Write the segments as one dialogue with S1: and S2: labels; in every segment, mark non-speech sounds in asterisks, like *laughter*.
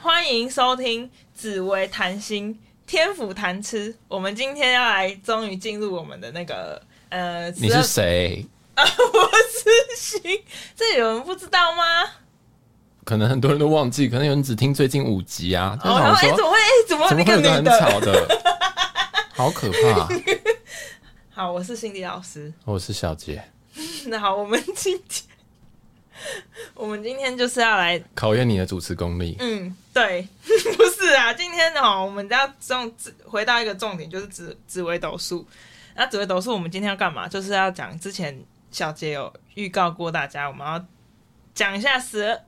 S1: 欢迎收听紫薇谈心，天府谈吃。我们今天要来，终于进入我们的那个呃，
S2: 你是谁？
S1: 啊， *laughs* 我是心，这有人不知道吗？
S2: 可能很多人都忘记，可能有人只听最近五集啊。就
S1: 哦，然
S2: 想
S1: 后哎、
S2: 说，
S1: 怎么会？哎、怎么
S2: 怎
S1: 会
S2: 么
S1: 有那
S2: 会有个
S1: 个
S2: 很
S1: 女的？
S2: 吵的？
S1: *laughs*
S2: 好可怕！哦
S1: 好，我是心理老师。 *laughs*
S2: 我是小杰，
S1: 那好，我们今天， *laughs* 我们今天就是要来，
S2: 考验你的主持功力。
S1: 嗯，对， *laughs* 不是啊，今天哦，我们要重回到一个重点，就是紫紫微斗数。那紫微斗数，我们今天要干嘛？就是要讲之前小杰有预告过大家，我们要讲一下十二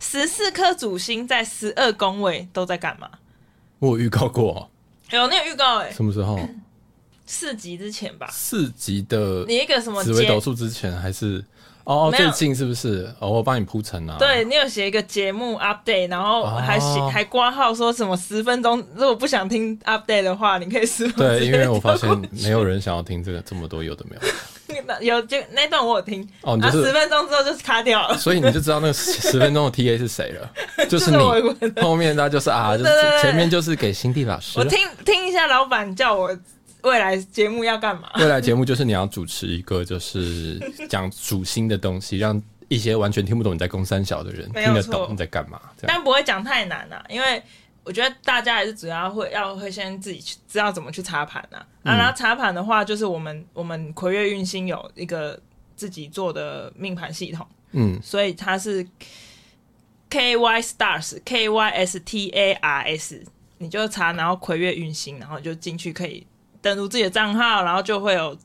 S1: 十四颗主星在十二宫位都在干嘛。
S2: 我有预告过
S1: 有那个预告哎、
S2: 什么时候？
S1: 四集之前吧，
S2: 四集的
S1: 你一个什么
S2: 紫微
S1: 节
S2: 斗数之前还是哦哦
S1: 没有
S2: 最近是不是？哦，我帮你铺陈啊。
S1: 对，你有写一个节目 update，然后还写、
S2: 哦
S1: 还挂号说什么十分钟，如果不想听 update 的话，你可以十分钟
S2: 对，
S1: 直
S2: 因
S1: 接
S2: 为我发
S1: 跳
S2: 现
S1: 过
S2: 没有人想要听这个这么多有的没有的，
S1: 去有就那段我有听，
S2: 哦你
S1: 然
S2: 就
S1: 后
S2: 是
S1: 十分钟之后就卡掉了，
S2: 所以你就知道那个十十分钟的 TA 是谁了， *laughs* 就是
S1: 这我
S2: *laughs* 你。后面那就是啊，就是
S1: 对对对
S2: 前面就是给新地老师
S1: 我。听听一下老板叫我未来节目要干嘛，
S2: *laughs* 未来节目就是你要主持一个就是讲主心的东西，让一些完全听不懂你在攻三小的人
S1: 没
S2: 听
S1: 有
S2: 得
S1: 错
S2: 懂你在干嘛。这样
S1: 但不会讲太难啊，因为我觉得大家还是主要会要会先自己去知道怎么去查盘啊。
S2: 嗯
S1: 啊，然后查盘的话，就是我们我们葵月运星有一个自己做的命盘系统，
S2: 嗯，
S1: 所以它是 K Y Stars K Y S T A R S，你就查，然后葵月运星，然后就进去可以登录自己的账号，然后就会有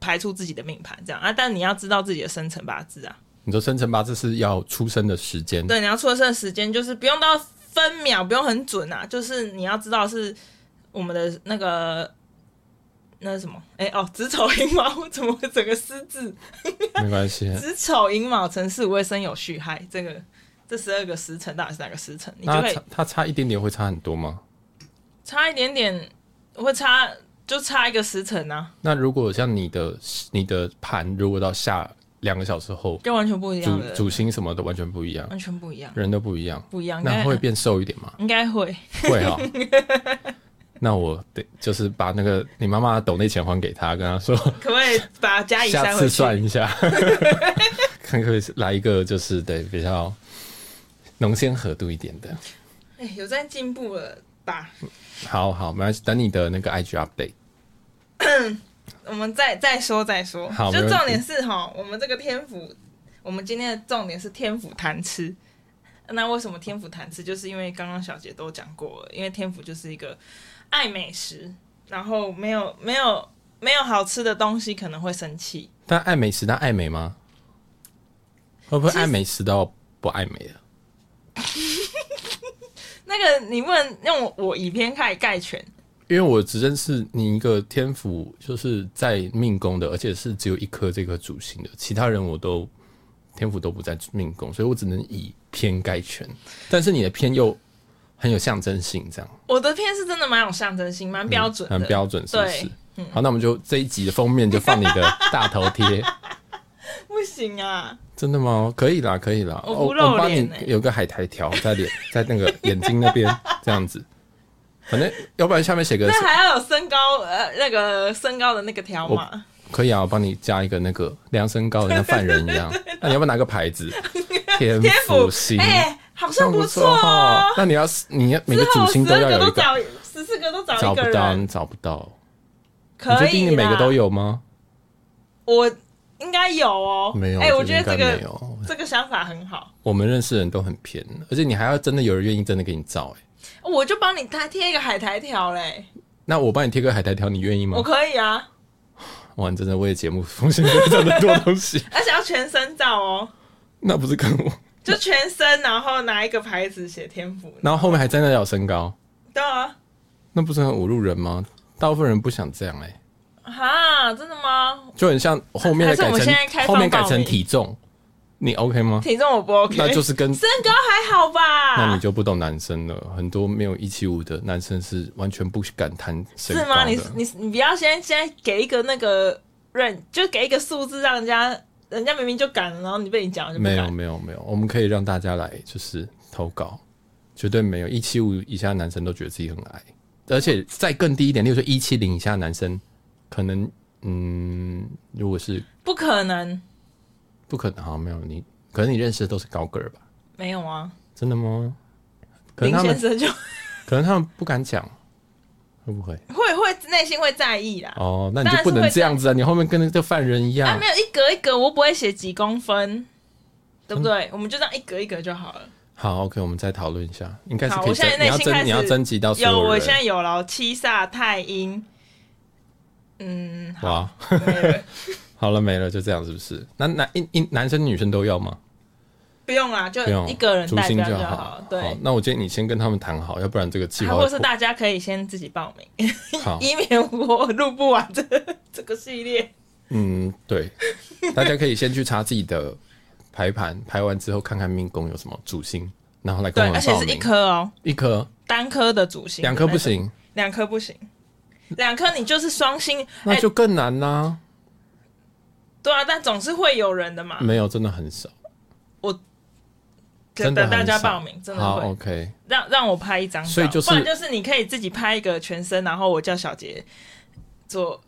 S1: 排出自己的命盘这样啊。但你要知道自己的生辰八字啊。
S2: 你说生辰八字是要出生的时间，
S1: 对，你要出生的时间就是不用到分秒，不用很准啊，就是你要知道是我们的那个那是什么？哎、哦，子丑寅卯，我怎么会整个失字？
S2: 没关系。
S1: 子丑寅卯辰巳午未申酉戌亥，这个这十二个时辰到底是哪个时辰？ *laughs* 你就
S2: 那
S1: 可以
S2: 它它差一点点会差很多吗？
S1: 差一点点，会差就差一个时辰啊，
S2: 那如果像你的你的盘，如果到下两个小时后，
S1: 就完全不一样
S2: 主
S1: 的，
S2: 主心什么的完全不一样，
S1: 完全不一样，
S2: 人都不一样，
S1: 不一样，应
S2: 那
S1: 该
S2: 会变瘦一点吗？
S1: 应该会。*laughs*
S2: 会哈、那我得就是把那个你妈妈的抖内钱还给她，跟她说
S1: 可不可以把加以塞
S2: 下
S1: 回
S2: 次
S1: 去？
S2: 算一下， *laughs* 看可不可以来一个就是对比较浓鲜合度一点的。
S1: 哎、有在进步了吧？
S2: 好好，没关系，等你的那个 IG update。
S1: 我们再再说再说
S2: 好，
S1: 就
S2: 没问题
S1: 重点是哈，我们这个天府，我们今天的重点是天府谈吃。那为什么天府谈吃？就是因为刚刚小杰都讲过了，因为天府就是一个爱美食，然后没有没有没有好吃的东西可能会生气。
S2: 但爱美食，但爱美吗？会不会
S1: 其实
S2: 爱美食到不爱美啊了？
S1: 那个你不能用我以偏概概全，
S2: 因为我只认识你一个天府，就是在命宫的，而且是只有一颗这个主星的，其他人我都天府都不在命宫，所以我只能以偏概全。但是你的偏又很有象征性，这样
S1: 我的片是真的蛮有象征性，蛮标准的，
S2: 嗯很标准，是不是
S1: 对？嗯
S2: 好，那我们就这一集的封面就放你的大头
S1: *laughs*
S2: 贴，
S1: 不行啊！
S2: 真的吗？可以啦，可以啦，
S1: 我
S2: 哦
S1: 不露
S2: 我帮你
S1: 脸欸
S2: 有个海苔条在脸， *laughs* 在那个眼睛那边这样子，反正要不然下面写个
S1: 那还要有身高呃那个身高的那个条码。
S2: 可以啊，我帮你加一个那个量身高的，像犯
S1: *laughs*
S2: 人一样。那你要不要拿个牌子？天
S1: 天府
S2: 府星，
S1: 哎、好
S2: 这
S1: 像
S2: 样
S1: 不错
S2: 错
S1: 哦。。
S2: 那你要是你要每个主星都要有一个，
S1: 找十四个都找
S2: 找
S1: 一
S2: 不
S1: 个
S2: 到，
S1: 人，
S2: 你找不到。你
S1: 可
S2: 确定
S1: 以
S2: 你每个都
S1: 有，
S2: 有吗？
S1: 我应该有哦。
S2: 没有，
S1: 哎、我
S2: 这
S1: 觉得这
S2: 应该没
S1: 个
S2: 有。
S1: 这个想法很好，
S2: 我们认识的人都很偏，而且你还要真的有人愿意真的给你照、哎，
S1: 我就帮你贴贴一个海苔条嘞，
S2: 那我帮你贴个海苔条，你愿意
S1: 我
S2: 吗？
S1: 可以啊，
S2: 哇，你真的为节目奉献了这么多东西， *laughs*
S1: 而且要全身照哦，
S2: 那不是跟我？
S1: 就全身，然后拿一个牌子写天府，
S2: 然后后面还真的有身高，
S1: 对啊，
S2: 那不是很侮辱人吗？大部分人不想这样、哎。
S1: 哈，真的吗？
S2: 就很像后面的
S1: 还是
S2: 改
S1: 我们现在
S2: 成
S1: 开放
S2: 后面改
S1: 报
S2: 成
S1: 名
S2: 体重，你 OK 吗？
S1: 体重我不 OK，啊
S2: 那就是跟
S1: 身高还好吧？
S2: 那你就不懂男生了，很多没有一七五的男生是完全不敢谈身
S1: 是
S2: 高
S1: 吗？
S2: 的
S1: 你。你你不要先先给一个那个 range，就给一个数字，让人家人家明明就敢了，然后你被你讲了就不
S2: 没有
S1: 敢。
S2: 没有没有，我们可以让大家来就是投稿，绝对没有。一七五以下男生都觉得自己很矮，而且再更低一点，例如说一七零以下男生，可能嗯，如果是
S1: 不可能，
S2: 不可能，好像没有你，可能你认识的都是高个儿吧？
S1: 没有啊，
S2: 真的吗？可能
S1: 林
S2: 他
S1: 先
S2: 们
S1: 生就 *laughs*
S2: 可能他们不敢讲，会不会？
S1: 会会内心会在意啦。
S2: 哦，那你
S1: 当
S2: 就
S1: 然
S2: 不
S1: 是
S2: 能
S1: 会
S2: 这样子啊！你后面跟那个犯人一
S1: 啊，
S2: 样
S1: 没，有一格一格，我不会写几公分，对不对？我们就这样一格一格就好了。
S2: 好，OK，我们再讨论一下，应该是
S1: 好
S2: 可以
S1: 我现在
S2: 征。你要
S1: 内心开
S2: 征，
S1: 始
S2: 你要征集哦到所
S1: 有，我
S2: 人。
S1: 现在有了七煞太阴，嗯，好，
S2: *laughs* 哇，
S1: 没了
S2: 好了没了，就这样是不是？那男一一男生女生都要吗？
S1: 不用啦，就
S2: 不用，
S1: 呃一个人
S2: 竹
S1: 代
S2: 心
S1: 表
S2: 好。
S1: 好了。对
S2: 好，，那我建议你先跟他们谈好，要不然这个计
S1: 啊
S2: 划
S1: 或
S2: 会
S1: 是
S2: 破
S1: 大家可以先自己报名，
S2: 好。
S1: 以免我录不完这这个系列。
S2: 嗯，对，
S1: *laughs*
S2: 大家可以先去查自己的排盘，排完之后看看命宫有什么主星，然后来跟
S1: 对，
S2: 我
S1: 而
S2: 们
S1: 且
S2: 报
S1: 是一
S2: 名。
S1: 颗哦，
S2: 一颗，
S1: 单颗的主星，
S2: 两颗不，行，
S1: 两颗不行，两颗你就是双星，
S2: 那
S1: 哎，
S2: 就更难啦。
S1: 对啊，但总是会有人的嘛，
S2: 没有，真的很少。
S1: 等
S2: 真的很
S1: 大家
S2: 少
S1: 报名，真的
S2: 好
S1: 嗯会
S2: ，OK。
S1: 让让我拍一张照，
S2: 所以就是
S1: 不然就是你可以自己拍一个全身，然后我叫小杰做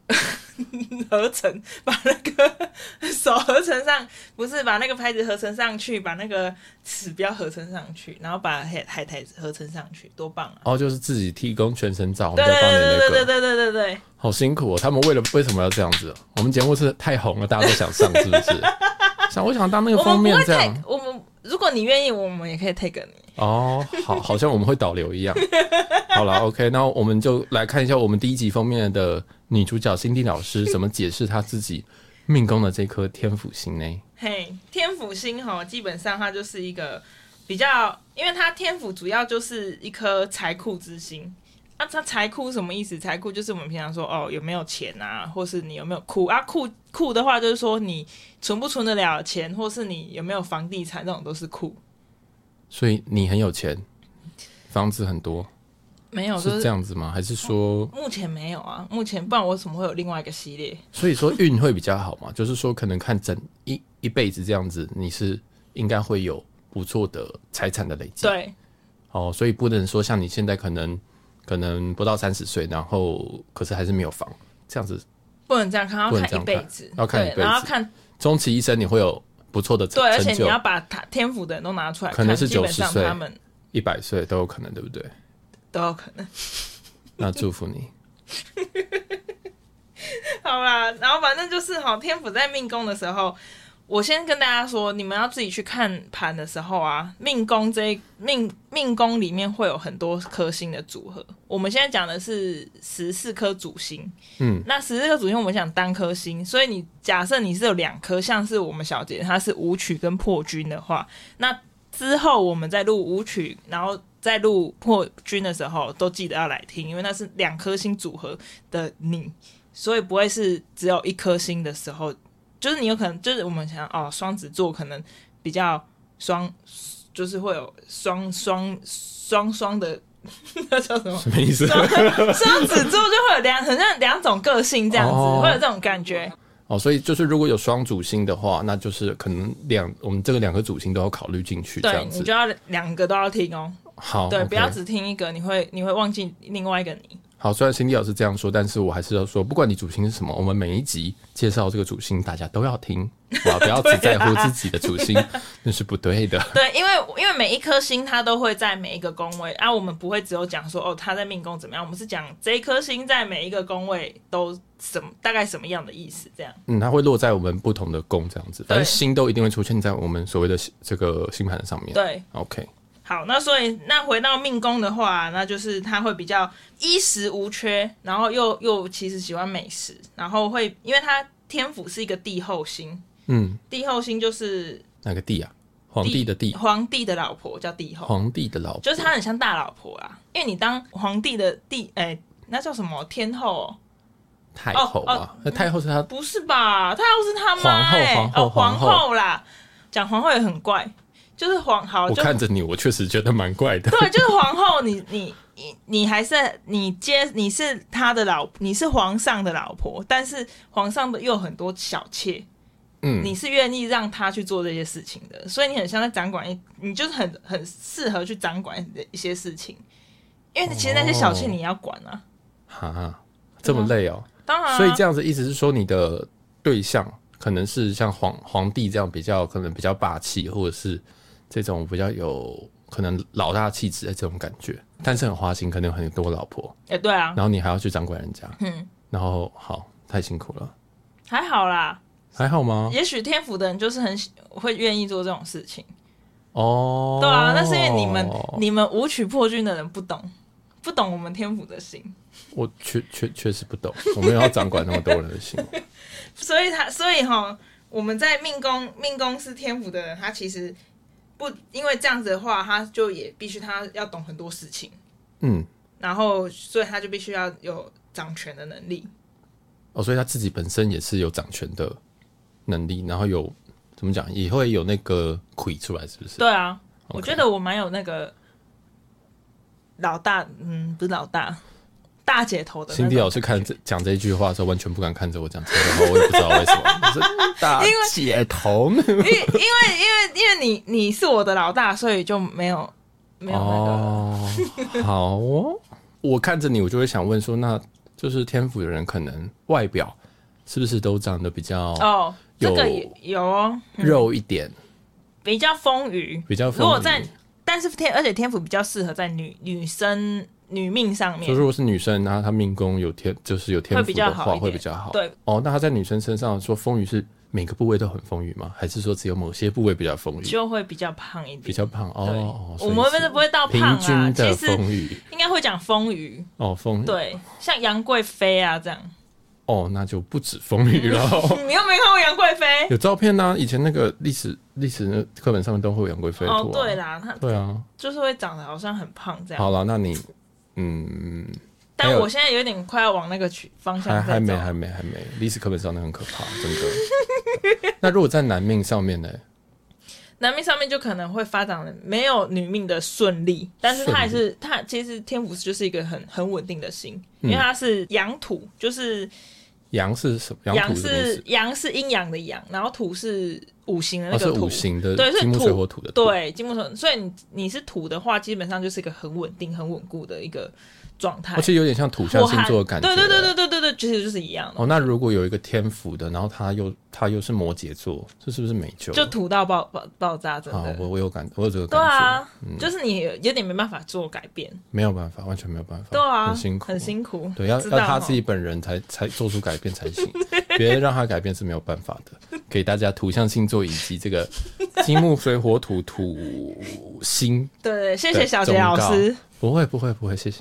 S1: 合成，把那个手合成上，不是把那个拍子合成上去，把那个指标合成上去，然后把海海苔合成上去，多棒啊！
S2: 哦，就是自己提供全身照，我
S1: 对
S2: 们
S1: 对
S2: 再帮你
S1: 对对
S2: 那
S1: 对
S2: 个，
S1: 对对对对，
S2: 好辛苦哦。他们为了为什么要这样子？我们节目是太红了，大家都想上，是不
S1: *laughs*
S2: 是？想我想当那个
S1: 我
S2: 封
S1: 们
S2: 面
S1: 不会
S2: 这
S1: take，
S2: 样
S1: 我们如果你愿意，我们也可以 take 你。
S2: 哦，好，好像我们会导流一样。好了，OK，那我们就来看一下我们第一集封面的女主角辛蒂老师怎么解释她自己命宫的这颗天府星呢？
S1: 嘿，天府星哈，基本上它就是一个比较，因为它天府主要就是一颗财库之星。那、它财库什么意思？财库就是我们平常说哦，有没有钱啊，或是你有没有库啊？库库的话就是说你存不存得了钱，或是你有没有房地产，这种都是库。
S2: 所以你很有钱，房子很多，
S1: 没哦有，就是
S2: 这
S1: 是
S2: 样子吗？还是说，
S1: 目前没有啊，目前不然我怎么会有另外一个系列？
S2: 所以说运会比较好嘛？就是说，可能看整一一辈子这样子，你是应该会有不错的财产的累积。
S1: 对，
S2: 哦，所以不能说像你现在可能可能不到三十岁，然后可是还是没有房，这样子
S1: 不能这样看，要
S2: 不能这
S1: 看
S2: 样
S1: 一辈
S2: 看
S1: 子，
S2: 要看一
S1: 对
S2: 辈子
S1: 然后看
S2: 终其一生你会有不错的成
S1: 对，而且
S2: 成
S1: 你
S2: 就
S1: 要，把他天府的人都拿出来看，
S2: 可能是
S1: 基本
S2: 90
S1: 上
S2: 岁
S1: 他们
S2: 一百岁都有可能，对不 *laughs* 对？
S1: 都有可能。
S2: 那祝福你。 *laughs*
S1: *laughs* 好啦，然后反正就是哈，天府在命宫的时候，我先跟大家说，你们要自己去看盘的时候啊，命宫这一命命宫里面会有很多颗星的组合。我们现在讲的是十四颗主星，
S2: 嗯，
S1: 那十四颗主星我们讲单颗星，所以你假设你是有两颗，像是我们小姐她是舞曲跟破军的话，那之后我们再录舞曲，然后。在录破军的时候，都记得要来听，因为那是两颗星组合的你，所以不会是只有一颗星的时候，就是你有可能就是我们想哦，双子座可能比较双，就是会有双双双双的， *laughs* 那叫什么？
S2: 什么意思？
S1: 双子座就会有两很像两种个性这样子，
S2: 哦
S1: 会有这种感觉。
S2: 哦，所以就是如果有双主星的话，那就是可能两我们这个两个主星都要考虑进去，这
S1: 对
S2: 样
S1: 你
S2: 子
S1: 就。要两个都要听哦，
S2: 好，
S1: 对，
S2: OK
S1: 不要只听一个，你会你会忘记另外一个你。
S2: 好，虽然辛迪老师这样说，但是我还是要说，不管你主星是什么，我们每一集介绍这个主星，大家都要听，哇，不要只在乎自己的
S1: *laughs*
S2: 主星， *laughs*
S1: 啊
S2: 那是不对的。
S1: 对，因为因为每一颗星它都会在每一个宫位啊，我们不会只有讲说哦它在命宫怎么样，我们是讲这一颗星在每一个宫位都什么大概什么样的意思这样。
S2: 嗯，它会落在我们不同的宫这样子，反正星都一定会出现在我们所谓的星这个星盘上面。
S1: 对，
S2: ，OK，
S1: 好，那所以那回到命宫的话，那就是他会比较衣食无缺，然后又又其实喜欢美食，然后会因为他天府是一个帝后星，
S2: 嗯，
S1: 帝后星就是
S2: 哪个帝啊？皇帝的帝，
S1: 皇帝的老婆叫帝后，
S2: 皇帝的老婆，
S1: 就是她很像大老婆啦，因为你当皇帝的帝，哎、那叫什么天后、哦？
S2: 太后啊，那太后是她
S1: 不是吧？太后是他妈、
S2: 皇后
S1: 哎
S2: 皇后
S1: 哦皇
S2: 皇后
S1: 后啦，讲皇后也很怪，就是皇好，
S2: 我
S1: 就
S2: 看着你，我确实觉得蛮怪的。 *laughs*
S1: 对，就是皇后，你你你你还是你接你是他的老，你是皇上的老婆，但是皇上的又有很多小妾，
S2: 嗯，
S1: 你是愿意让他去做这些事情的，所以你很像在掌管一，你就是很很适合去掌管的一些事情，因为其实那些小
S2: 哦
S1: 气你要管啊，
S2: 哈，这么累哦、
S1: 当然、啊，
S2: 所以这样子意思是说，你的对象可能是像皇皇帝这样比较可能比较霸气，或者是这种比较有可能老大气质的这种感觉，但是很花心，可能有很多老婆，
S1: 哎、对啊，
S2: 然后你还要去掌管人家，
S1: 嗯，
S2: 然后好太辛苦了，
S1: 还好啦，
S2: 还好吗？
S1: 也许天府的人就是很喜会愿意做这种事情，
S2: 哦，
S1: *laughs* 对啊，那是因为你们你们舞曲破军的人不懂，不懂我们天府的心，
S2: 我确确确实不懂，我没有要掌管那么多人
S1: *laughs*
S2: 的心，
S1: 所以他，所以哈，我们在命宫，命宫是天府的人，他其实不因为这样子的话，他就也必须他要懂很多事情，
S2: 嗯，
S1: 然后所以他就必须要有掌权的能力。
S2: 哦，所以他自己本身也是有掌权的能力，然后有怎么讲，也会有那个鬼出来，是不是？
S1: 对啊
S2: OK
S1: 我觉得我蛮有那个老大，嗯，不是老大，大姐头的
S2: 辛
S1: 那
S2: 迪
S1: 种。
S2: 老师看这讲这一句话的时候，完全不敢看着我讲这个话，我也不知道为什么。
S1: *laughs*
S2: 就是大姐头呢？
S1: 因为因为因为因为你你是我的老大，所以就没有没有那个。
S2: 哦，好哦， *laughs* 我看着你，我就会想问说，那就是天府的人可能外表是不是都长得比较
S1: 哦，这个
S2: 有
S1: 也有哦，
S2: 肉一点，
S1: 比较丰腴，
S2: 比较丰腴
S1: 如果在，但是天，而且天府比较适合在女女生女命上
S2: 就
S1: 面，
S2: 如果是女生，然后她命宫有天，就是有天
S1: 会
S2: 赋
S1: 比较
S2: 的
S1: 好
S2: 话，
S1: 一
S2: 会
S1: 点
S2: 比较好。
S1: 对。
S2: 哦，那她在女生身上说丰腴是每个部位都很丰腴吗？还是说只有某些部位比较丰腴，
S1: 就会比较胖一点。
S2: 比较胖？
S1: 对，
S2: 哦，哦所
S1: 我
S2: 以
S1: 们
S2: 是
S1: 不会到
S2: 平
S1: 胖啦，
S2: 均
S1: 其
S2: 的
S1: 实
S2: 丰腴
S1: 应该会讲丰腴，
S2: 哦，丰腴
S1: 对，像杨贵妃啊这样。
S2: 哦，那就不止风
S1: *laughs*
S2: 雨了。
S1: 你又没看过杨贵妃？
S2: 有照片呢、啊以前那个历史历史的课本上面都会有杨贵妃的图、啊。
S1: 哦，对，啊啦，她
S2: 对啊。
S1: 就是会长得好像很胖这样。
S2: 好了，那你嗯，还
S1: 但
S2: 有
S1: 我现在有点快要往那个去方向
S2: 还
S1: 在
S2: 还
S1: 走
S2: 没。还没还没，历史课本上的很可怕，真的。那如果在男命上面呢？
S1: 男命上面就可能会发展的没有女命的顺利，但是他也是他其实天府就是一个很很稳定的星，因
S2: 嗯
S1: 为他是阳土，就是
S2: 羊是什么？
S1: 阳
S2: 土什么意
S1: 是
S2: 思？
S1: 阳是阴阳的阳，然后土是五行的
S2: 哦，
S1: 那
S2: 是
S1: 个土，
S2: 五行的
S1: 对，是
S2: 金木水火土的土。哦
S1: 对，金木水，所以你你是土的话，基本上就是一个很稳定、很稳固的一个状态
S2: 而。且有点哦像土象
S1: 我
S2: 星
S1: 还
S2: 座的感觉。
S1: 对对对对。对对对，其实就是一样的，
S2: 哦，那如果有一个天府的，然后他又他又是摩羯座，这是不是没救了？
S1: 就土到爆爆爆炸，真
S2: 好，
S1: 的。
S2: 我我有感，嗯我有这个
S1: 对
S2: 感觉，
S1: 啊，就是你有点没办法做改变，
S2: 没有办法，完全没有办法，
S1: 对啊，
S2: 哦很辛苦，
S1: 很辛苦，
S2: 对，要
S1: 知道
S2: 要他
S1: 哈
S2: 自己本人才才做出改变才行， *laughs* 别让他改变是没有办法的。给大家土象星座以及这个金木水火土土星，
S1: 对，谢
S2: 谢
S1: 谢小杰老师，
S2: 不会不会不会，谢谢，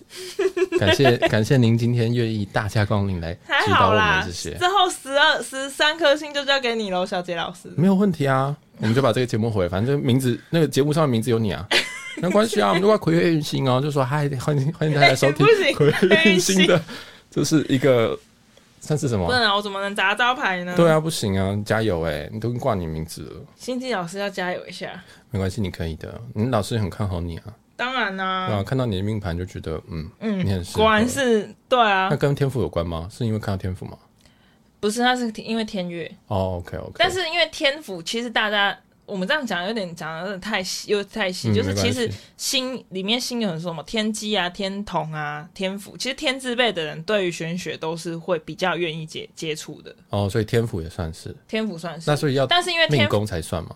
S2: 感谢感谢您今天愿意大驾光临来
S1: 还
S2: 指导
S1: 好
S2: 我们
S1: 啦
S2: 这，些，
S1: 之后十二、十三颗星就交给你喽，小杰老师。
S2: 没有问题啊，我们就把这个节目回来，反正名字那个节目上的名字有你啊。没关系啊，我们都怪葵月运星哦，就说嗨，欢迎欢迎大家来收听
S1: 不行
S2: 葵月运星
S1: 葵月
S2: 的，这是一个算是什么
S1: 不？然我怎么能砸招牌呢？
S2: 对，啊，不行啊，加油哎、你都挂你名字了，
S1: 心机老师要加油一下。
S2: 没关系，你可以的。你老师也很看好你啊，
S1: 当然啦、
S2: 对啊，看到你的命盘就觉得，嗯，你
S1: 嗯
S2: 很，适合
S1: 果然是对啊
S2: 那，跟天赋有关吗？是因为看到天赋吗？
S1: 不是他是因为天月，
S2: 哦，OK OK，
S1: 但是因为天府，其实大家我们这样讲有点讲的有点太细，又太细，
S2: 嗯
S1: 就是
S2: 没
S1: 其
S2: 关
S1: 实
S2: 系
S1: 星里面星有很多什么天机啊、天同啊、天府，其实天字辈的人对于玄学都是会比较愿意接接触的，
S2: 哦，所以天赋也算是，
S1: 天府算是
S2: 那。所以要
S1: 但是因为
S2: 命
S1: 天
S2: 宫才算嘛。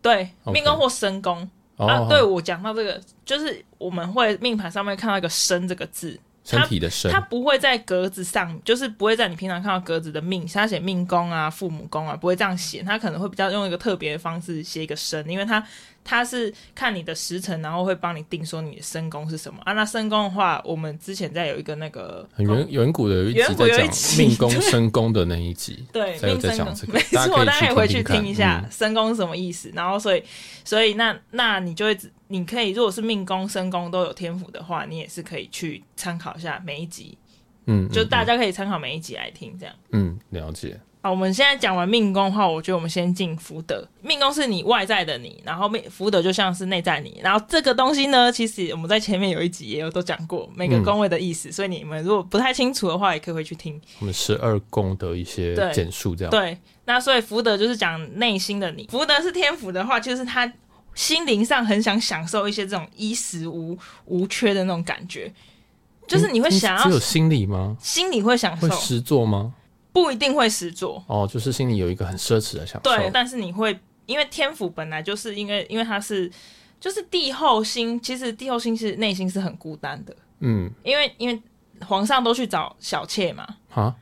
S1: 对
S2: OK
S1: 命宫或身宫、
S2: 哦，
S1: 啊，对我讲到这个，就是我们会命盘上面看到一个“身”这个字，
S2: 身体的身
S1: 它，不会在格子上，就是不会在你平常看到格子的命，它写命宫啊、父母宫啊，不会这样写，它可能会比较用一个特别的方式写一个身，因为它它是看你的时辰，然后会帮你定说你的身宫是什么啊。那身宫的话，我们之前在有一个那个
S2: 很远远古的有一集
S1: 哦远古有
S2: 在
S1: 一
S2: 讲
S1: 集
S2: 命宫
S1: 对
S2: 身宫的那一集，
S1: 对，
S2: 才有
S1: 命
S2: 在
S1: 身
S2: 讲
S1: 宫
S2: 这，个
S1: *laughs* 没，错，大家也
S2: 可
S1: 回
S2: 以
S1: 去
S2: 看嗯
S1: 听一下。身宫是什么意思。然后，所以，所以那那你就会知，你可以如果是命宫、身宫都有天赋的话，你也是可以去参考一下每一集，
S2: 嗯，嗯
S1: 就大
S2: 嗯
S1: 家可以参考每一集来听这样。
S2: 嗯了解。
S1: 好，我们现在讲完命宫的话，我觉得我们先进福德。命宫是你外在的你，然后命福德就像是内在你。然后这个东西呢，其实我们在前面有一集也有都讲过每个宫位的意思，所以你们如果不太清楚的话，也可以回去听。
S2: 我们十二宫的一些
S1: 对
S2: 简述，这样
S1: 对，那所以福德就是讲内心的你。福德是天府的话，就是他心灵上很想享受一些这种衣食无无缺的那种感觉，就是你会
S2: 嗯
S1: 想
S2: 只有
S1: 要
S2: 心理吗？
S1: 心里会享
S2: 会
S1: 受，
S2: 实做吗？
S1: 不一定会实做。
S2: 哦，就是心里有一个很奢侈的享受。
S1: 对，但是你会因为天府本来就是因为因为它是就是帝后星，其实帝后星是内心是很孤单的，
S2: 嗯，
S1: 因为因为皇上都去找小妾嘛，
S2: 啊，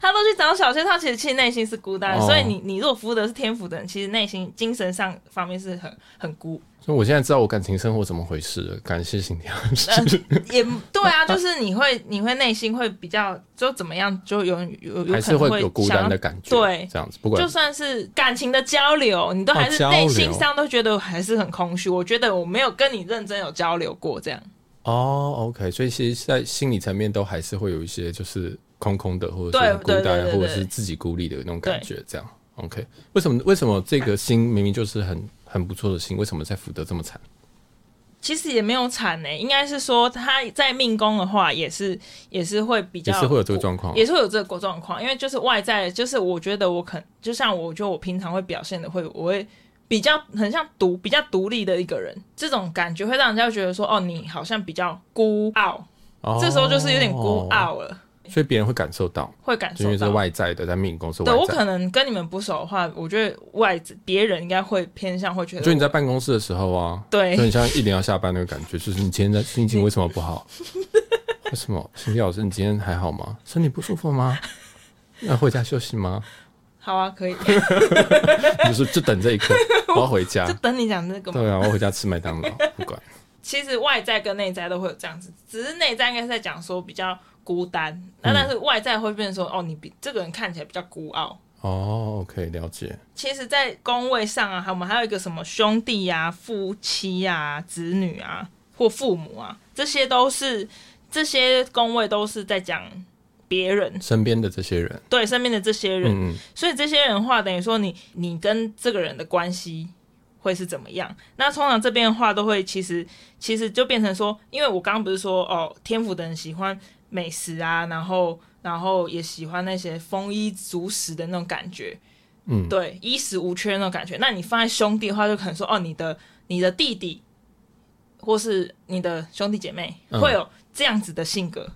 S1: 他都去找小妾，他其实其实内心是孤单的，
S2: 哦
S1: 所以你你如果福德是天府的人，其实内心精神上方面是很很孤，
S2: 所以我现在知道我感情生活怎么回事了。感谢新天
S1: 呃、也对
S2: *laughs*
S1: 啊，就是你会你会内心会比较就怎么样，就有有呃
S2: *laughs*
S1: 有可
S2: 还是
S1: 能
S2: 会有孤
S1: 想
S2: 单
S1: 要
S2: 的感觉。
S1: 对
S2: 这样子不管
S1: 就算是感情的交流，你都还是
S2: 哦交流
S1: 内心上都觉得还是很空虚。我觉得我没有跟你认真有交流过，这样
S2: 哦，OK，所以其实，在心理层面都还是会有一些就是空空的，或者
S1: 对
S2: 是很孤
S1: 对对
S2: 单，
S1: 对对
S2: 或者是自己孤立的那种感觉，这样。OK，为什么为什么这个心明明就是很很不错的心，为什么在福德这么惨？
S1: 其实也没有惨呢、应该是说他在命宫的话，也是也是会比较
S2: 也是会有这个状况
S1: 也是会有这个状况，因为就是外在，就是我觉得我肯，就像我觉得我平常会表现的会，我会比较很像独比较独立的一个人，这种感觉会让人家觉得说，哦，你好像比较孤傲，
S2: 哦
S1: 这时候就是有点孤，傲了，
S2: 所以别人会感受到，
S1: 会感受
S2: 哦就
S1: 到
S2: 因为是外在的，在命宫是外
S1: 对我
S2: 在
S1: 可能跟你们不熟的话，我觉得外别人应该会偏向会觉
S2: 的。就
S1: 得
S2: 你在办公室的时候啊，
S1: 对
S2: 就很像一点要下班那个感觉，就是你今天的心情为什么
S1: *laughs*
S2: 不好？为什么？心理老师，你今天还好吗？身体不舒
S1: *laughs*
S2: 服吗？那回家休息吗？
S1: 好啊，
S2: *laughs*
S1: 可以，
S2: 就是就等这
S1: *laughs*
S2: 一刻，我要回家
S1: 就。等你讲这个嘛。
S2: 对啊，我要回家吃麦当劳，不管。
S1: 其实外在跟内在都会有这样子，只是内在应该是在讲说比较孤单，
S2: 嗯
S1: 那但是外在会变成说哦，你比这个人看起来比较孤傲。
S2: 哦，OK，了解。
S1: 其实，在宫位上啊，还有我们还有一个什么兄弟呀、夫妻呀、子女啊或父母啊，这些都是这些宫位都是在讲别人
S2: 身边的这些人，
S1: 对身边的这些人。
S2: 嗯嗯，
S1: 所以这些人的话，等于说你你跟这个人的关系会是怎么样？那通常这边的话都会，其实其实就变成说，因为我刚刚不是说哦，天府的人喜欢美食啊，然后然后也喜欢那些丰衣足食的那种感觉，
S2: 嗯
S1: 对，衣食无缺那种感觉。那你放在兄弟的话，就可能说哦，你的你的弟弟或是你的兄弟姐妹
S2: 嗯
S1: 会有这样子的性格，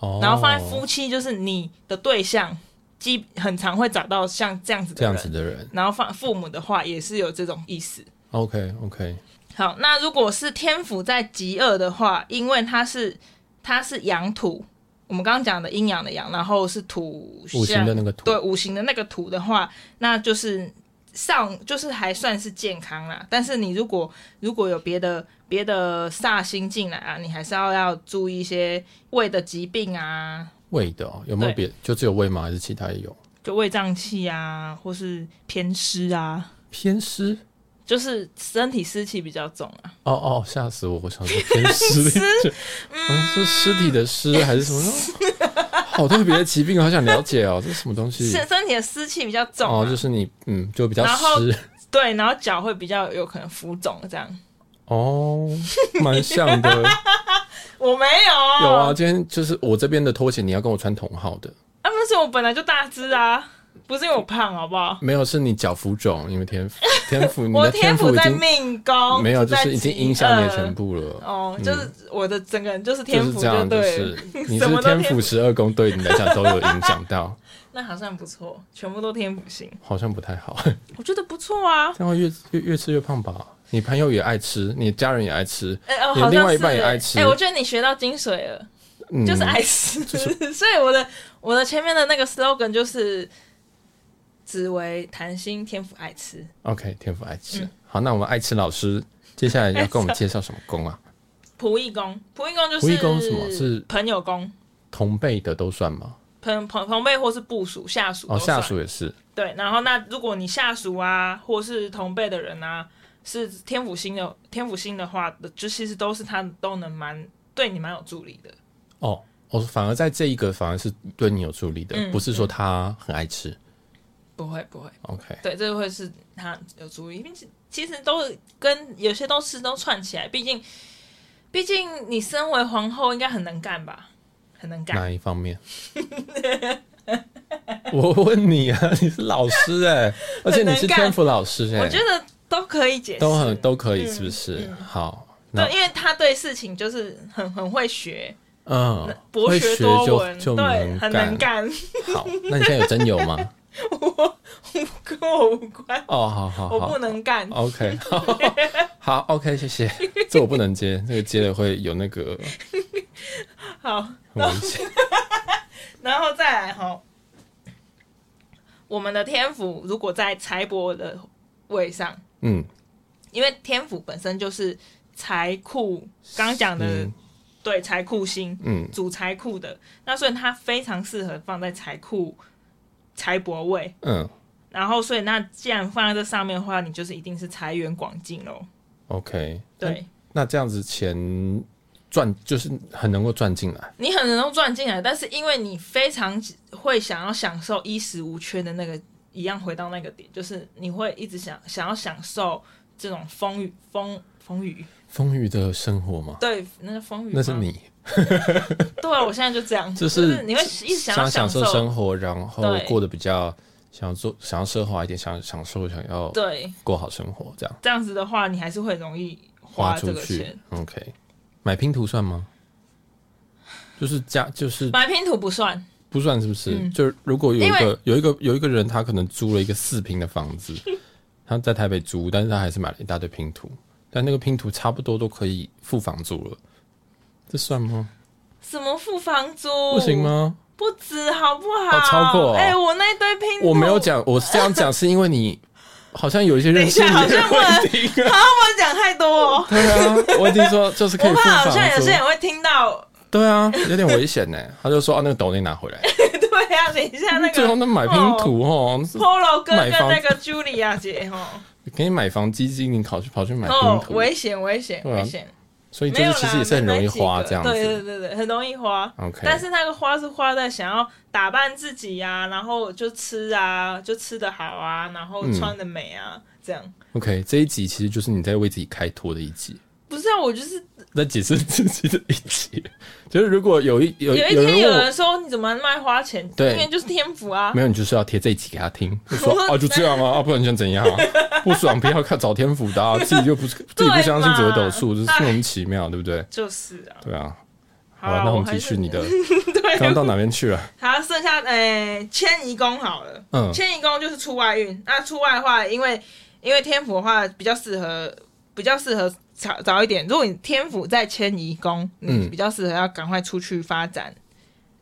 S2: 哦，
S1: 然后放在夫妻，就是你的对象，基很常会找到像这样子的
S2: 这
S1: 人。
S2: 样子的人
S1: 然后放父母的话，也是有这种意思。
S2: ，OK OK，
S1: 好，那如果是天府在极恶的话，因为它是它是阳土，我们刚刚讲的阴阳的阳，然后是土
S2: 五行
S1: 象
S2: 的那个图
S1: 对，五行的那个土的话，那就是上就是还算是健康啦。但是你如果如果有别的别的煞星进来啊，你还是要要注意一些胃的疾病啊，
S2: 胃的哦，有没有别？就只有胃吗？还是其他也有？
S1: 就胃胀气啊，或是偏湿啊，
S2: 偏湿？
S1: 就是身体湿气比较重啊。
S2: 哦哦，吓死我！我想说 *laughs* 偏
S1: *laughs*
S2: 湿，嗯，是尸体的尸还是什么？好特别的疾病，好想了解哦， *laughs* 这是什么东西？
S1: 身身体的湿气比较重、啊
S2: 哦，就是你，嗯，就比较
S1: 然后
S2: 湿。
S1: 对，然后脚会比较有可能浮肿这样。 *laughs*
S2: 哦，蛮像的。
S1: 我没有，
S2: 有啊，，今天就是我这边的拖鞋，你要跟我穿同号的。
S1: 啊，不是我本来就大只啊，不是因为我胖，好不好？
S2: 没有，是你脚浮肿，因为
S1: *laughs*
S2: 天赋天赋，你
S1: 我
S2: 的
S1: 的天
S2: 赋
S1: 赋
S2: 已
S1: 在
S2: 经
S1: 命宫，
S2: 没有，就
S1: 在
S2: 是已经
S1: 极
S2: 影响你的
S1: 恶
S2: 全。部了。
S1: 哦，就是我的整个人就是
S2: 就
S1: 天
S2: 是
S1: 赋
S2: 这样，就
S1: 对
S2: 是
S1: 了，
S2: 你是
S1: 什么都
S2: 天
S1: 天
S2: 赋十二宫，对你来讲都有影响到，
S1: 那好像不错，全部都天赋型，
S2: 好像不太好，
S1: 我觉得不错啊。
S2: 这样会越越越吃越胖吧？你朋友也爱吃，你家人也爱吃，
S1: 哎、哦，
S2: 你
S1: 好
S2: 另
S1: 像
S2: 外一
S1: 是
S2: 半也
S1: 哎
S2: 爱吃
S1: 哎、我觉得你学到精髓了。
S2: 嗯，
S1: 就是爱吃， *laughs* 所以我的我的前面的那个 slogan 就是“只为谈心，天赋爱吃
S2: OK，天赋爱吃。
S1: 嗯
S2: 好，那我们爱吃老师接下来要跟我们介绍什么宫
S1: *laughs*
S2: 啊？”。
S1: 仆役宫，仆役宫就是
S2: 仆役宫是什么是
S1: 朋友宫，
S2: 同辈的都算吗？
S1: 朋朋朋辈或是部属、下属都
S2: 哦，
S1: 算
S2: 下属也是。
S1: 对。然后那如果你下属啊，或是同辈的人啊，是天府星的天府星的话，就其实都是他都能蛮对你蛮有助力的。
S2: 哦，我反而在这一个反而是对你有助力的，
S1: 嗯
S2: 不是说他很爱吃。
S1: 不会不会，
S2: OK，
S1: 对，这会是他有注意，并且其实都跟有些都是都串起来，毕竟毕竟你身为皇后应该很能干吧，很能干。
S2: 哪一方面？ *laughs* 我问你啊， *laughs* 你是老师哎、
S1: *laughs*
S2: 而且你是天赋老师哎、
S1: 我觉得嗯都可以解释，
S2: 都很都可以，是不是？好，那
S1: 对，因为他对事情就是很很会学，
S2: 嗯，
S1: 博
S2: 会
S1: 学
S2: 学
S1: 多
S2: 就
S1: 闻，
S2: 就
S1: 对，很能
S2: 能。
S1: 干。 *laughs*
S2: 好，那你现在有真有吗？
S1: 我跟我无关，
S2: 哦，好好
S1: 我
S2: 好
S1: 不能干。
S2: ，OK，好好，OK，谢谢。这我不能接，那个接了会有那个
S1: 好，
S2: 很危险。
S1: 然后再来哈，我们的天府如果在财帛的位上，
S2: 嗯，
S1: 因为天府本身就是财库，刚刚讲的、
S2: 嗯
S1: 对财库星
S2: 嗯
S1: 主财库的，那所以它非常适合放在财库财帛位。
S2: 嗯
S1: 然后，所以那既然放在这上面的话，你就是一定是财源广进喽。
S2: ，OK，
S1: 对、
S2: 那这样子钱赚就是很能够赚进来。
S1: 你很能够赚进来，但是因为你非常会想要享受衣食无缺的那个，一样回到那个点，就是你会一直想想要享受这种风雨风风雨，
S2: 丰裕的生活吗？
S1: 对，那是风雨吗，
S2: 那是你
S1: *laughs* 对啊，我现在就这样，
S2: 就是
S1: 你会一直想要
S2: 想享受
S1: 受
S2: 生活，然后
S1: 对
S2: 过得比较想要做想要奢华一点，想享受想要
S1: 对，
S2: 过好生活，这样
S1: 这样子的话，你还是会容易
S2: 花
S1: 这
S2: 出
S1: 个
S2: 去
S1: 钱。。
S2: OK，买拼图算吗？就是家就是
S1: 买拼图不算，
S2: 不算是不是？
S1: 嗯
S2: 就是如果有一
S1: 因
S2: 个
S1: 为
S2: 有一个有一个人，他可能租了一个四平的房子， *laughs* 他在台北租，但是他还是买了一大堆拼图，但那个拼图差不多都可以付房租了，这算吗？
S1: 什么付房租
S2: 不行？吗？
S1: 不止好不好？
S2: 哦超过哦
S1: 哎、我那一堆拼图，
S2: 我没有，讲，我是这样讲是因为你好像有一些认识
S1: 哦等一下
S2: 你的人
S1: 好像
S2: 会听啊，
S1: 啊，我讲太多、哦。
S2: *laughs* 对啊，我已经说就是可以
S1: 我
S2: 付
S1: 怕好
S2: 房
S1: 像有
S2: 租
S1: 些，人会听到， *laughs*
S2: 对啊，有点危险呢。他就说啊，那个斗内拿回来，
S1: 对呀、等一下那
S2: 最后
S1: 个
S2: 那买拼图哦，是
S1: Polo 哥
S2: 买
S1: 跟
S2: 房
S1: 那个 Julia 姐哈，
S2: 给你买房基金，你跑去跑去买拼
S1: 哦，
S2: 图，
S1: 危险危险
S2: 对啊
S1: 危险，
S2: 所以就
S1: 没有啦
S2: 是其实也是很容易花这样
S1: 没几个
S2: 子。
S1: 对对对对，很容易花。
S2: OK，
S1: 但是那个花是花在想要打扮自己呀、然后就吃啊，就吃的好啊，然后
S2: 嗯
S1: 穿的美啊，这样。
S2: OK 这一集其实就是你在为自己开脱的一集，
S1: 不是啊，我就是
S2: 在解释自己的一集。就是如果有一有
S1: 有一
S2: 人
S1: 天有
S2: 问我，
S1: 人说你怎么卖花钱？
S2: 对
S1: 因为就是天赋啊
S2: 没。有，你就是要贴这一集给
S1: *laughs*
S2: 他听，就说
S1: 我
S2: 啊就这样啊，啊不然你想怎
S1: *laughs*
S2: 样啊？不爽不要看找天府的啊，自己就不是自己不相信只会抖数，这是莫名其妙，对不对？
S1: 就是啊，
S2: 对啊，好
S1: 哎好
S2: 了，
S1: 啦
S2: 那我们
S1: 还
S2: 继
S1: 是
S2: 续你的，刚刚
S1: *laughs* 对，
S2: 到哪边去了？
S1: 好，剩下诶迁移宫好了。
S2: 嗯
S1: 迁移宫就是出外运，那出外的话，因为因为天府的话比较适合，比较适合早早一点。如果你天府在迁移宫，
S2: 嗯
S1: 嗯，比较适合要赶快出去发展，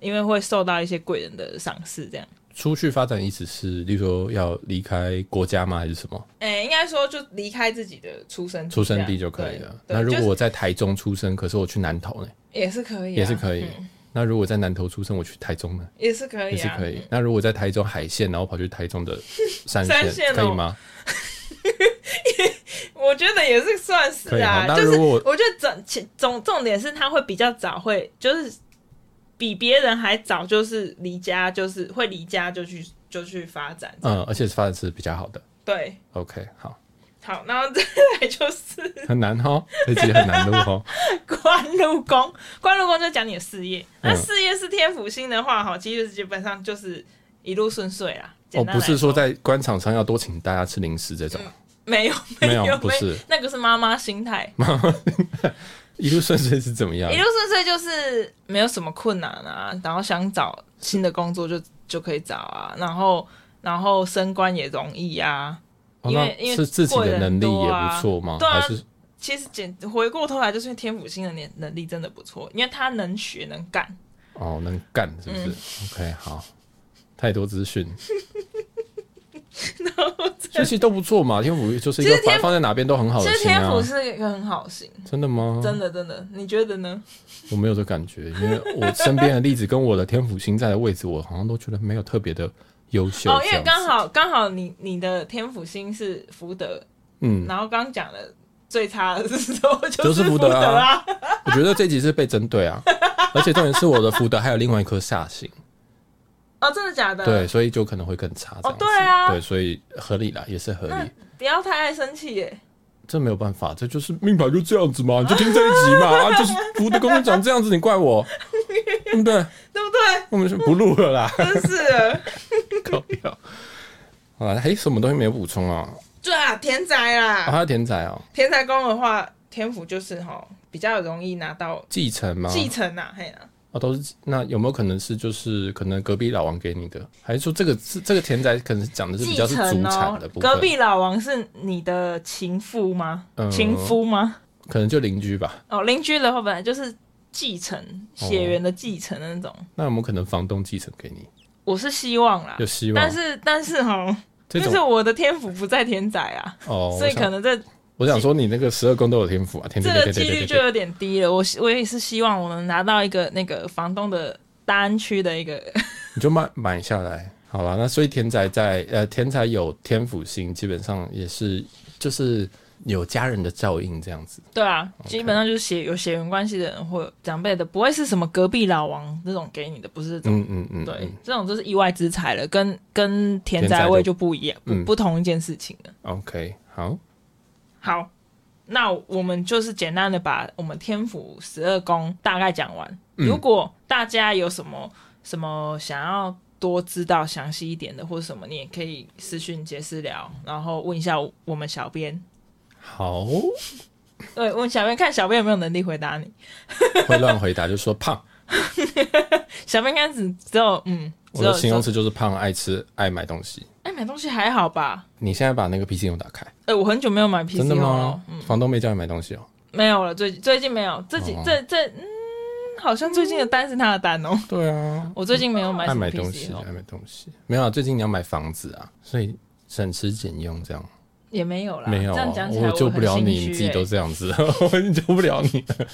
S1: 因为会受到一些贵人的赏识。这样，
S2: 出去发展意思是，例如说要离开国家吗？还是什么
S1: 诶、哎应该说就离开自己的出生地
S2: 出生
S1: 这
S2: 地
S1: 样
S2: 就可以了？
S1: 对对
S2: 那如果
S1: 就是
S2: 我在台中出生，可是我去南投呢，
S1: 也是可以、啊，
S2: 也是可以
S1: 嗯，
S2: 那如果在南投出生，我去台中呢，
S1: 也是可
S2: 也
S1: 以、
S2: 是
S1: 啊，
S2: 可以。那如果在台中海线，然后跑去台中
S1: *laughs*
S2: 的山
S1: 山
S2: 线，
S1: 线
S2: 可以
S1: 哦
S2: 吗？
S1: 我觉得也是算
S2: 可
S1: 是
S2: 以
S1: 啊
S2: 好，那
S1: 就是
S2: 如果
S1: 我觉得整其总重点是他会比较早会，就是比别人还早，就是离家，就是会离家就去就去发展。
S2: 嗯，而且发展是比较好的。
S1: 对，
S2: OK，好，
S1: 好，然后再来就是
S2: 很难哦， *laughs* 这集
S1: *laughs*
S2: 很难录哦。
S1: 官禄宫，官禄宫就讲你的事业。那
S2: 嗯
S1: 事业是天府星的话，哈，其实基本上就是一路顺遂啦。
S2: 哦，
S1: 简单
S2: 不
S1: 来
S2: 是说在官场上要多请大家吃零食这种，啊
S1: 嗯没有
S2: 没有
S1: 有
S2: 不是
S1: 那个是妈妈心态，
S2: 一路顺遂是怎么样
S1: 一？路顺遂就是没有什么困难啊，然后想找新的工作就就可以找啊，然后然后升官也容易啊。
S2: 哦，
S1: 因
S2: 那
S1: 为因为
S2: 是自己
S1: 贵
S2: 的
S1: 人
S2: 能力也
S1: 多
S2: 不
S1: 啊
S2: 错吗？
S1: 对啊
S2: 还是
S1: 其实简回过头来，就是因为天府星的能能力真的不错，因为他能学能干。
S2: 哦，能干是
S1: 嗯
S2: 不是、o k 好，太多
S1: *laughs*
S2: 资讯，所以其实都不错嘛。天府就是一
S1: 其实
S2: 个把
S1: 天
S2: 它放在哪边都很好
S1: 其
S2: 的
S1: 实
S2: 心
S1: 天
S2: 啊嗯
S1: 府，是一个很好星，
S2: 真的吗？
S1: 真的真的，你觉得呢？
S2: 我没有这感觉，因为我身边的例子跟我的天府星在的位置，我好像都觉得没有特别的优秀。
S1: 哦，因为
S2: 这样子
S1: 刚好刚好你你的天府星是福德，
S2: 嗯，
S1: 然后刚讲的最差的时候
S2: 就是
S1: *laughs* 福
S2: 福德啊
S1: 啊， *laughs*
S2: 我觉得这集是被针对啊，而且重点是我的福德还有另外一颗煞星，
S1: 哦，真的假的？
S2: 对，，所以就可能会更差。这样子
S1: 对啊嗯
S2: 对，所以合理啦，也是合
S1: 那
S2: 理。
S1: 不要太爱生气耶。
S2: 这没有办法，这就是命盘就这样子嘛，你就听这一集
S1: *laughs*
S2: 嘛，啊，就是福德宫长这样子，你怪我，对不对？
S1: 对不对？
S2: 我们就不录了啦，
S1: 真是的，
S2: 搞掉。啊，还有什么东西没有补充啊？
S1: 对啊，田宅
S2: 啊，
S1: 啦，
S2: 还有田宅哦，
S1: 田宅宫的话，天府就是哈比较容易拿到
S2: 继承吗？
S1: 继承啊，嘿啊，
S2: 哦，都是那有没有可能是就是可能隔壁老王给你的，还是说这个是这个田宅可能讲的是比
S1: 继
S2: 较是祖
S1: 承
S2: 产
S1: 哦
S2: 的部。分？
S1: 隔壁老王是你的情妇吗？
S2: 嗯
S1: 情夫吗？
S2: 可能就邻居吧。
S1: 哦，邻居的话本来就是继承血缘的继承那种。
S2: 那有没有可能房东继承给你？
S1: 我是希望啦
S2: 有，希望？
S1: 但是但是哈，
S2: 这
S1: 就
S2: 种
S1: 是我的天府不在田宅啊，
S2: 哦，
S1: 所
S2: 我
S1: 以可
S2: 想
S1: 能这
S2: 我想说你那个十二宫都有天赋啊，天
S1: 这
S2: 天
S1: 个
S2: 对对
S1: 几率
S2: 对对
S1: 就
S2: 对，
S1: 有点低了。我希我也是希望我能拿到一个那个房东的单区的一个，
S2: 你就买买下来。好了，那所以田宅在呃田宅有天府星，基本上也是就是有家人的照应这样子。
S1: 对啊，基本上就是血有血缘关系的人或长辈的，不会是什么隔壁老王这种给你的，不是这种。
S2: 嗯嗯嗯，
S1: 对
S2: 嗯，
S1: 这种就是意外之财了，跟跟田
S2: 田宅
S1: 宅
S2: 就
S1: 位就不一样，不、
S2: 嗯
S1: 不同一件事情了。
S2: OK，好，
S1: 好，那我们就是简单的把我们天府十二宫大概讲完。
S2: 嗯
S1: 如果大家有什么什么想要多知道详细一点的，或者什么，你也可以私讯杰私聊，然后问一下我们小编。
S2: 好，
S1: 对，问小编看小编有没有能力回答你。
S2: 会乱回答就说胖，
S1: 小编刚开始只有嗯，
S2: 我
S1: 只有
S2: 的形容词就是胖，爱吃，爱买东西。
S1: 哎买东西还好吧？
S2: 你现在把那个 PC 用打开，
S1: 哎、我很久没有买 PC
S2: 真的
S1: 了
S2: 吗，？
S1: 嗯
S2: 房东没叫你买东西哦、
S1: 没有了，最最近没有，这几、
S2: 哦
S1: 这这嗯，好像最近的单是他的单哦、
S2: 对啊，
S1: 我最近没有买
S2: 爱
S1: 什么
S2: 买
S1: PC
S2: 东西，
S1: 哦
S2: 爱买东西。没有、啊，最近你要买房子啊，所以省吃俭用这样。
S1: 也没有啦，
S2: 没有
S1: 这
S2: 啊
S1: 样，讲起来
S2: 我救
S1: 很
S2: 不了
S1: 心
S2: 你，
S1: 虚
S2: 你自己
S1: 欸
S2: 都这样子， *laughs* 我已经救不
S1: *laughs*
S2: 了你了。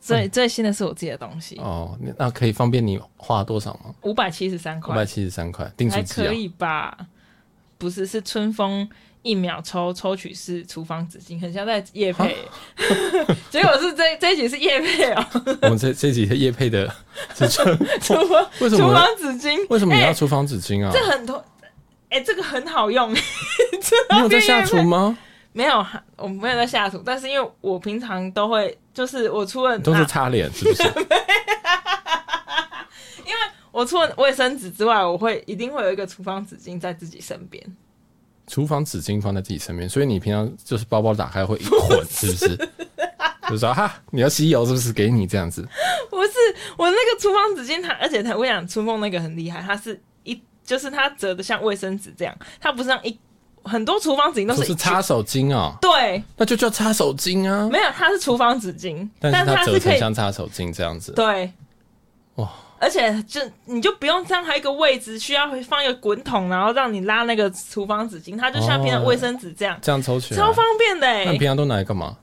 S1: 最最新的是我自己的东西，
S2: 哦，那那可以方便你花多少吗？
S1: 五百七十三
S2: 五百
S1: 块，
S2: 七十三块，定
S1: 还
S2: 数机
S1: 可
S2: 啊。
S1: 以吧？不是，是春风一秒抽，抽取式厨房纸巾，很像在夜配。 *laughs* 结果是这这一集是夜配
S2: *laughs*
S1: 哦，
S2: 我们这这几天夜配的尺寸，
S1: 厨房
S2: 为什
S1: 厨
S2: 么
S1: 房纸巾，
S2: 为什么你
S1: 哎
S2: 要厨房纸巾啊？
S1: 这很多，哎，这个很好用。 *laughs*
S2: 你有在下厨吗？
S1: 没有，我没有在下厨，但是因为我平常都会，就是我除了啊
S2: 你都
S1: 拿
S2: 是擦脸是不是？
S1: 我除了卫生纸之外，我会一定会有一个厨房纸巾在自己身边。 *laughs*
S2: 厨房纸巾放在自己身边，所以你平常就是包包打开会一
S1: *laughs*
S2: 捆，是不是？就说哈，你要吸油是不是？给你这样子，
S1: 不是我那个厨房纸巾它，而且它我跟你讲，春梦那个很厉害，它是一就是它折的像卫生纸这样，它不是像一很多厨房纸巾都
S2: 不
S1: 是
S2: 是擦手巾啊、
S1: 对，
S2: 那就叫擦手巾啊。
S1: 没有它是厨房纸巾，
S2: 但
S1: 但
S2: 是它
S1: 它
S2: 折
S1: 是可
S2: 成
S1: 以
S2: 像擦手巾这样子，
S1: 对
S2: 哇。
S1: 而且就你就不用这样，还有一个位置需要放一个滚筒，然后让你拉那个厨房纸巾，它就像平常
S2: 哦
S1: 卫生纸这样，
S2: 这样抽起来。
S1: 超方便的、
S2: 啊那你
S1: 欸。
S2: 平常都拿来干嘛？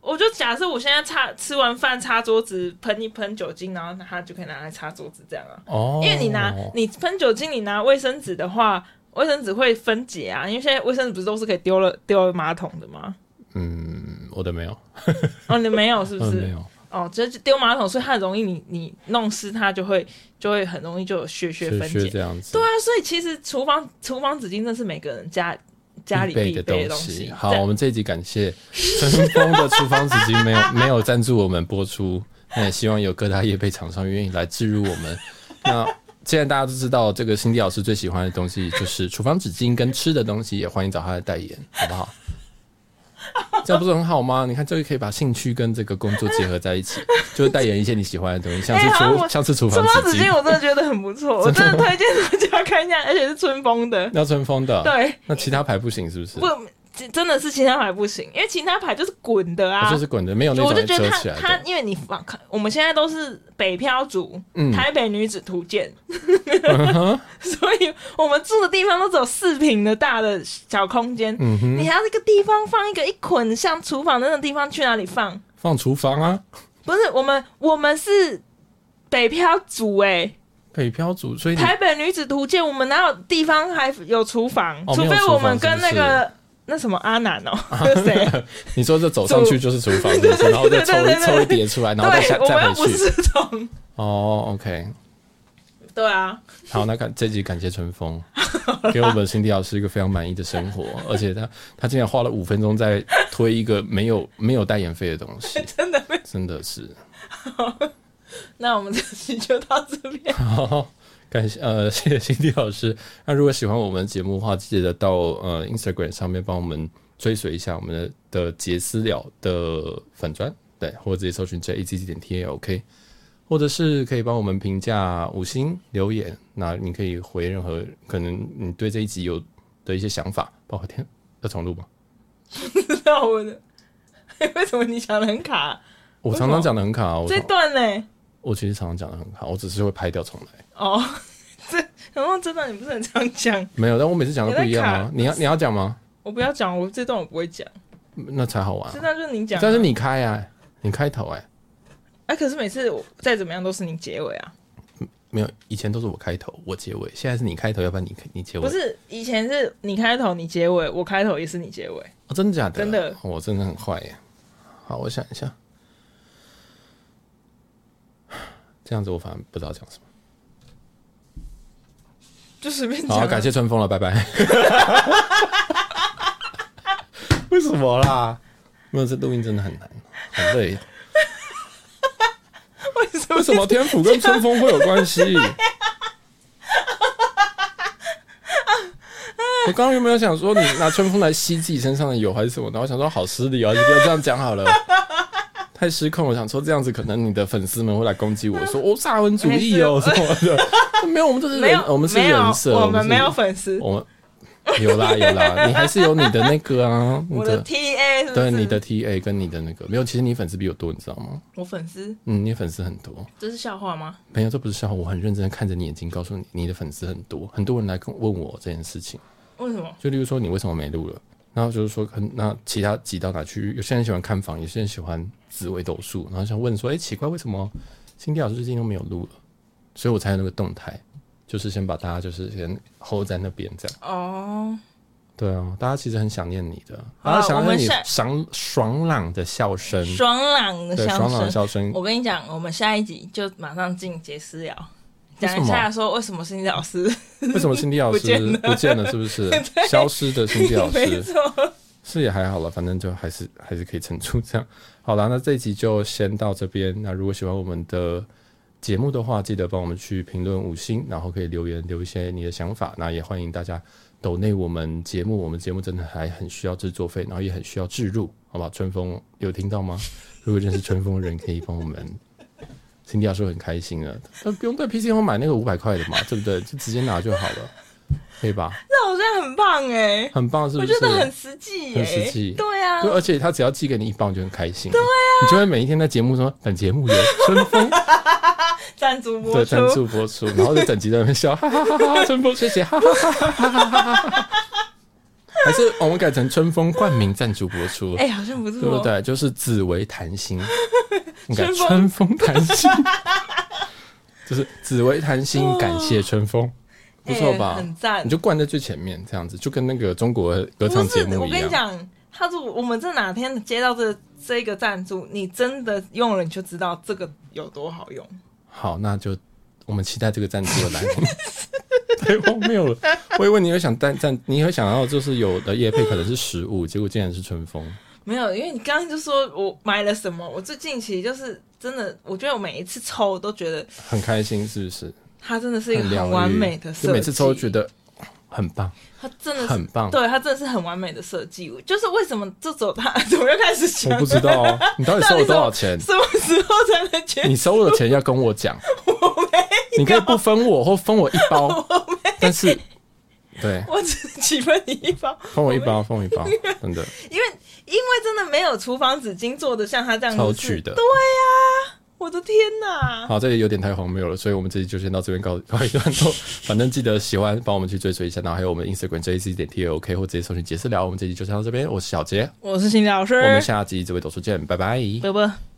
S1: 我就假设我现在擦吃完饭擦桌子，喷一喷酒精，然后它就可以拿来擦桌子这样啊。
S2: 哦，
S1: 因为你拿你喷酒精，你拿卫生纸的话， *laughs* 卫生纸会分解啊。因为现在卫生纸不是都是可以丢了丢了马桶的吗？
S2: 嗯，我的没有，
S1: 哦，你没有是不
S2: 我的没
S1: 是？
S2: 有，
S1: 哦，就是丢马桶，所以它很容易你你弄湿它就会就会很容易就有屑屑
S2: 学
S1: 分
S2: 学
S1: 解。
S2: 这样子。
S1: 对啊，所以其实厨房厨房纸巾真的是每个人家家里
S2: 必备
S1: 必备
S2: 的
S1: 的东
S2: 西。
S1: 西。
S2: 好，
S1: 对
S2: 我们这一集感谢春风的厨房纸巾没有没有赞助我们播出，那也希望有各大业配厂商愿意来置入我们。 *laughs* 那既然大家都知道这个辛迪老师最喜欢的东西就是厨房纸巾跟吃的东西，也欢迎找他的代言，好不好？这样不是很好吗？你看，这个可以把兴趣跟这个工作结合在
S1: *laughs*
S2: 一起，就是代言一些你喜欢的东西，像是
S1: 哎好
S2: 厨、
S1: 我
S2: 像是厨
S1: 厨
S2: 房
S1: 房纸
S2: 纸巾
S1: 巾，我真的觉得很不
S2: *laughs*
S1: 错，我真的推荐大家看一下，而且是春风的。
S2: 廖春风的，
S1: 对，
S2: 那其他牌不行是不是？
S1: 不啊真真的是其他牌不行，因为其他牌就是滚的啊，
S2: 我就是滚的，没有那
S1: 我
S2: 种
S1: 就觉得
S2: 折
S1: 他
S2: 起来
S1: 他，
S2: 的。
S1: 因为你放看，我们现在都是北漂族，
S2: 嗯
S1: 台北女子图鉴，
S2: *laughs*
S1: *laughs* 所以我们住的地方都只有四平的大的小空间。
S2: 嗯哼，
S1: 你还要一个地方放一个一捆像厨房那种地方去哪里放？
S2: 放厨房啊。
S1: 不是我们，我们是北漂族哎、
S2: 北漂族，所以你
S1: 台北女子图鉴，我们哪有地方还有厨房？
S2: 哦
S1: 除
S2: 没有
S1: 非
S2: 厨
S1: 我
S2: 房
S1: 们跟
S2: 是
S1: 那
S2: 不是
S1: 个那什么阿南
S2: *laughs*
S1: 哦、谁？ *laughs*
S2: 你说这走上去就是厨房，是不是然后再抽一抽一碟出来，然后再
S1: 对
S2: 下，
S1: 我们
S2: 再
S1: 又不
S2: 回去，
S1: 是这种，
S2: 哦，OK，
S1: 对啊，
S2: 好，那感这集感谢
S1: *laughs*
S2: 春风，给我们辛迪老师一个非常满意的生活，而且他他竟然花了五分钟在推一个没有没有代言费的东西，
S1: *laughs* 真的没有。
S2: 真的是。
S1: 那我们这期就到这边， *laughs*
S2: 好，感谢呃， *laughs* 谢谢辛迪老师。那如果喜欢我们的节目的话，记得到呃 Instagram 上面帮我们追随一下我们的的杰私聊的粉砖，对，或者直接搜寻 J A G G 点 T A L K，或者是可以帮我们评价五星留言。那你可以回任何可能你对这一集有的一些想法，包括天要重录吗？
S1: 知道我的。 *laughs* 为什么你讲的很卡、
S2: 我
S1: 为什
S2: 常
S1: 么
S2: 常讲的很卡，啊我
S1: 这
S2: 常
S1: 段呢？
S2: 我其实常常讲的很卡，我只是会拍掉重来。
S1: 哦，这 *laughs* 然后这段你不是很常讲？
S2: 没有，但我每次讲的不一
S1: 你
S2: 样
S1: 在
S2: 啊
S1: 卡。
S2: 你要你要讲吗？
S1: 我不要讲，我这段我不会讲，
S2: 那才好玩啊、
S1: 这段就是你讲啊。
S2: 但是你开啊，你开头哎、
S1: 哎、可是每次我再怎么样都是你结尾啊，
S2: 没有，以前都是我开头，我结尾，现在是你开头，要不然你你结尾。
S1: 不是以前是你开头你结尾，我开头也是你结尾。
S2: 哦真的假的？
S1: 真的
S2: 我真的很坏耶。好，我想一下，这样子我反而不知道讲什么。
S1: 就随便讲、啊
S2: 好，啊感。谢春风了，拜拜。 *laughs* 为什么啦？没有，这录音真的很难，很累。
S1: 为什么
S2: 为什么天府跟春风会有关系？ *laughs* 我刚刚有没有想说你拿春风来吸自己身上的油还是什么？然后想说好失礼啊，你不要这样讲好了，太失控。我想说这样子可能你的粉丝们会来攻击我说我萨文主义哦什么的。没有，我们就是
S1: 没
S2: 人
S1: 有，，
S2: 我们是
S1: 没有
S2: 人设，
S1: 我们
S2: 是
S1: 没有，粉丝。
S2: *laughs* 我们有啦有啦，你还是有你的那个啊，你
S1: *laughs* 我的 TA 是不是？
S2: 对啊你的 TA 跟你的那个没有，其实你粉丝比我多，你知道吗？
S1: 我粉丝，
S2: 嗯，你粉丝很多。
S1: 这是笑话吗？
S2: 没有，这不是笑话，我很认真的看着你眼睛，告诉你，你的粉丝很多，很多人来跟问我这件事情，
S1: 为什么？
S2: 就例如说你为什么没录了，然后就是说，嗯那其他集到哪去？有些人喜欢看房，有些人喜欢紫微斗数，然后想问说，哎，奇怪，为什么新地老师最近都没有录了？所以我才有那个动态，就是先把大家就是先 hold 在那边这样。
S1: 哦，对
S2: 对啊，大家其实很想念你的，
S1: 好
S2: 大
S1: 啦
S2: 家想
S1: 我们
S2: 念你
S1: 下
S2: 爽爽朗的笑声，
S1: 爽朗的
S2: 对，爽朗的
S1: 笑声。
S2: 笑声。
S1: 我跟你讲，我们下一集就马上进杰私聊，
S2: 为
S1: 讲
S2: 什
S1: 一下
S2: 么？
S1: 说为什么是你老师。*laughs*
S2: 为什么新地老
S1: 不见
S2: 师
S1: 了
S2: 不见了？是不是
S1: *laughs* 对
S2: 消失的新地
S1: *laughs*
S2: 老
S1: 没
S2: 师？
S1: 错，
S2: 是也还好了，反正就还是 *laughs* 还是可以撑住这样。好啦，那这一集就先到这边。那如果喜欢我们的节目的话，记得帮我们去评论五星，然后可以留言留一些你的想法。那也欢迎大家抖内我们节目，我们节目真的还很需要制作费，然后也很需要置入，好吧？春风有听到吗？如果认识春风的人，可以帮我们。 *laughs* 辛迪亚说很开心啊了，那不用在 PC 后买那个五百块的嘛，对不对？就直接拿就好了，可以吧？
S1: 那我觉得很棒哎、
S2: 很棒，是不
S1: 我
S2: 是？
S1: 觉得很实际耶、
S2: 很实际呃
S1: 对啊
S2: 对，，而且他只要寄给你一磅，就很开心。对啊，你就会每一天在节目说本节目由春风
S1: 赞助播
S2: 的
S1: 出
S2: 赞，助播出，然后就整集在那边笑，哈哈哈哈，春风谢谢，哈哈哈哈哈哈哈哈。还是我们改成春风冠名赞助播出，
S1: 哎、好像不错，
S2: 对不对？就是紫薇谈心，你看
S1: 春风
S2: 春风谈心，就是紫薇谈心，感谢春风，不错
S1: 哎
S2: 吧？
S1: 很赞
S2: 你。就灌在最前面，这样子就跟那个中国歌唱
S1: 不
S2: 节
S1: 是，
S2: 目
S1: 我
S2: 一
S1: 跟你
S2: 样。
S1: 讲，他说我们这哪天接到这这个赞助，你真的用了你就知道这个有多好用。
S2: 好，那就我们期待这个赞助的来临。太荒谬了！我以为你会想赞赞，你会想要就是有的叶配可能是食物，结果竟然是春风。
S1: 没有，因为你刚刚就说我买了什么，我最近其实就是真的，我觉得我每一次抽都觉得
S2: 很开心是不是？
S1: 它真的是一个
S2: *laughs* 很疗
S1: 很
S2: 愈
S1: 完美的设计，
S2: 就每次都觉得很棒，
S1: 它真的是
S2: 很棒。
S1: 对，它真的是很完美的设计。就是为什么这种它怎么又开始
S2: 我
S1: 想
S2: 不
S1: *laughs*
S2: 知道哦，你到底收了多少 *laughs* 钱？
S1: 什么时候才能决
S2: 你
S1: 定？
S2: 收了钱要跟我讲，你可以不分我或 *laughs* 分我一包，但是对，
S1: 我只几分你一包，
S2: 分我一包，分我一包，真的
S1: 因为因为真的没有厨房纸巾做的像它这样子
S2: 超
S1: 是
S2: 取的。
S1: 我的天哪！
S2: 好，这里有点太荒谬了，所以我们这集就先到这边告 *laughs* 告一段落。反正记得喜欢，帮我们去追随一下，然后还有我们 Instagram J C 点 T O K 或直接搜寻杰私聊。我们这集就先到这边，我是小杰，
S1: 我是心理老师，
S2: 我们下集这位读书见，拜拜。
S1: 拜拜。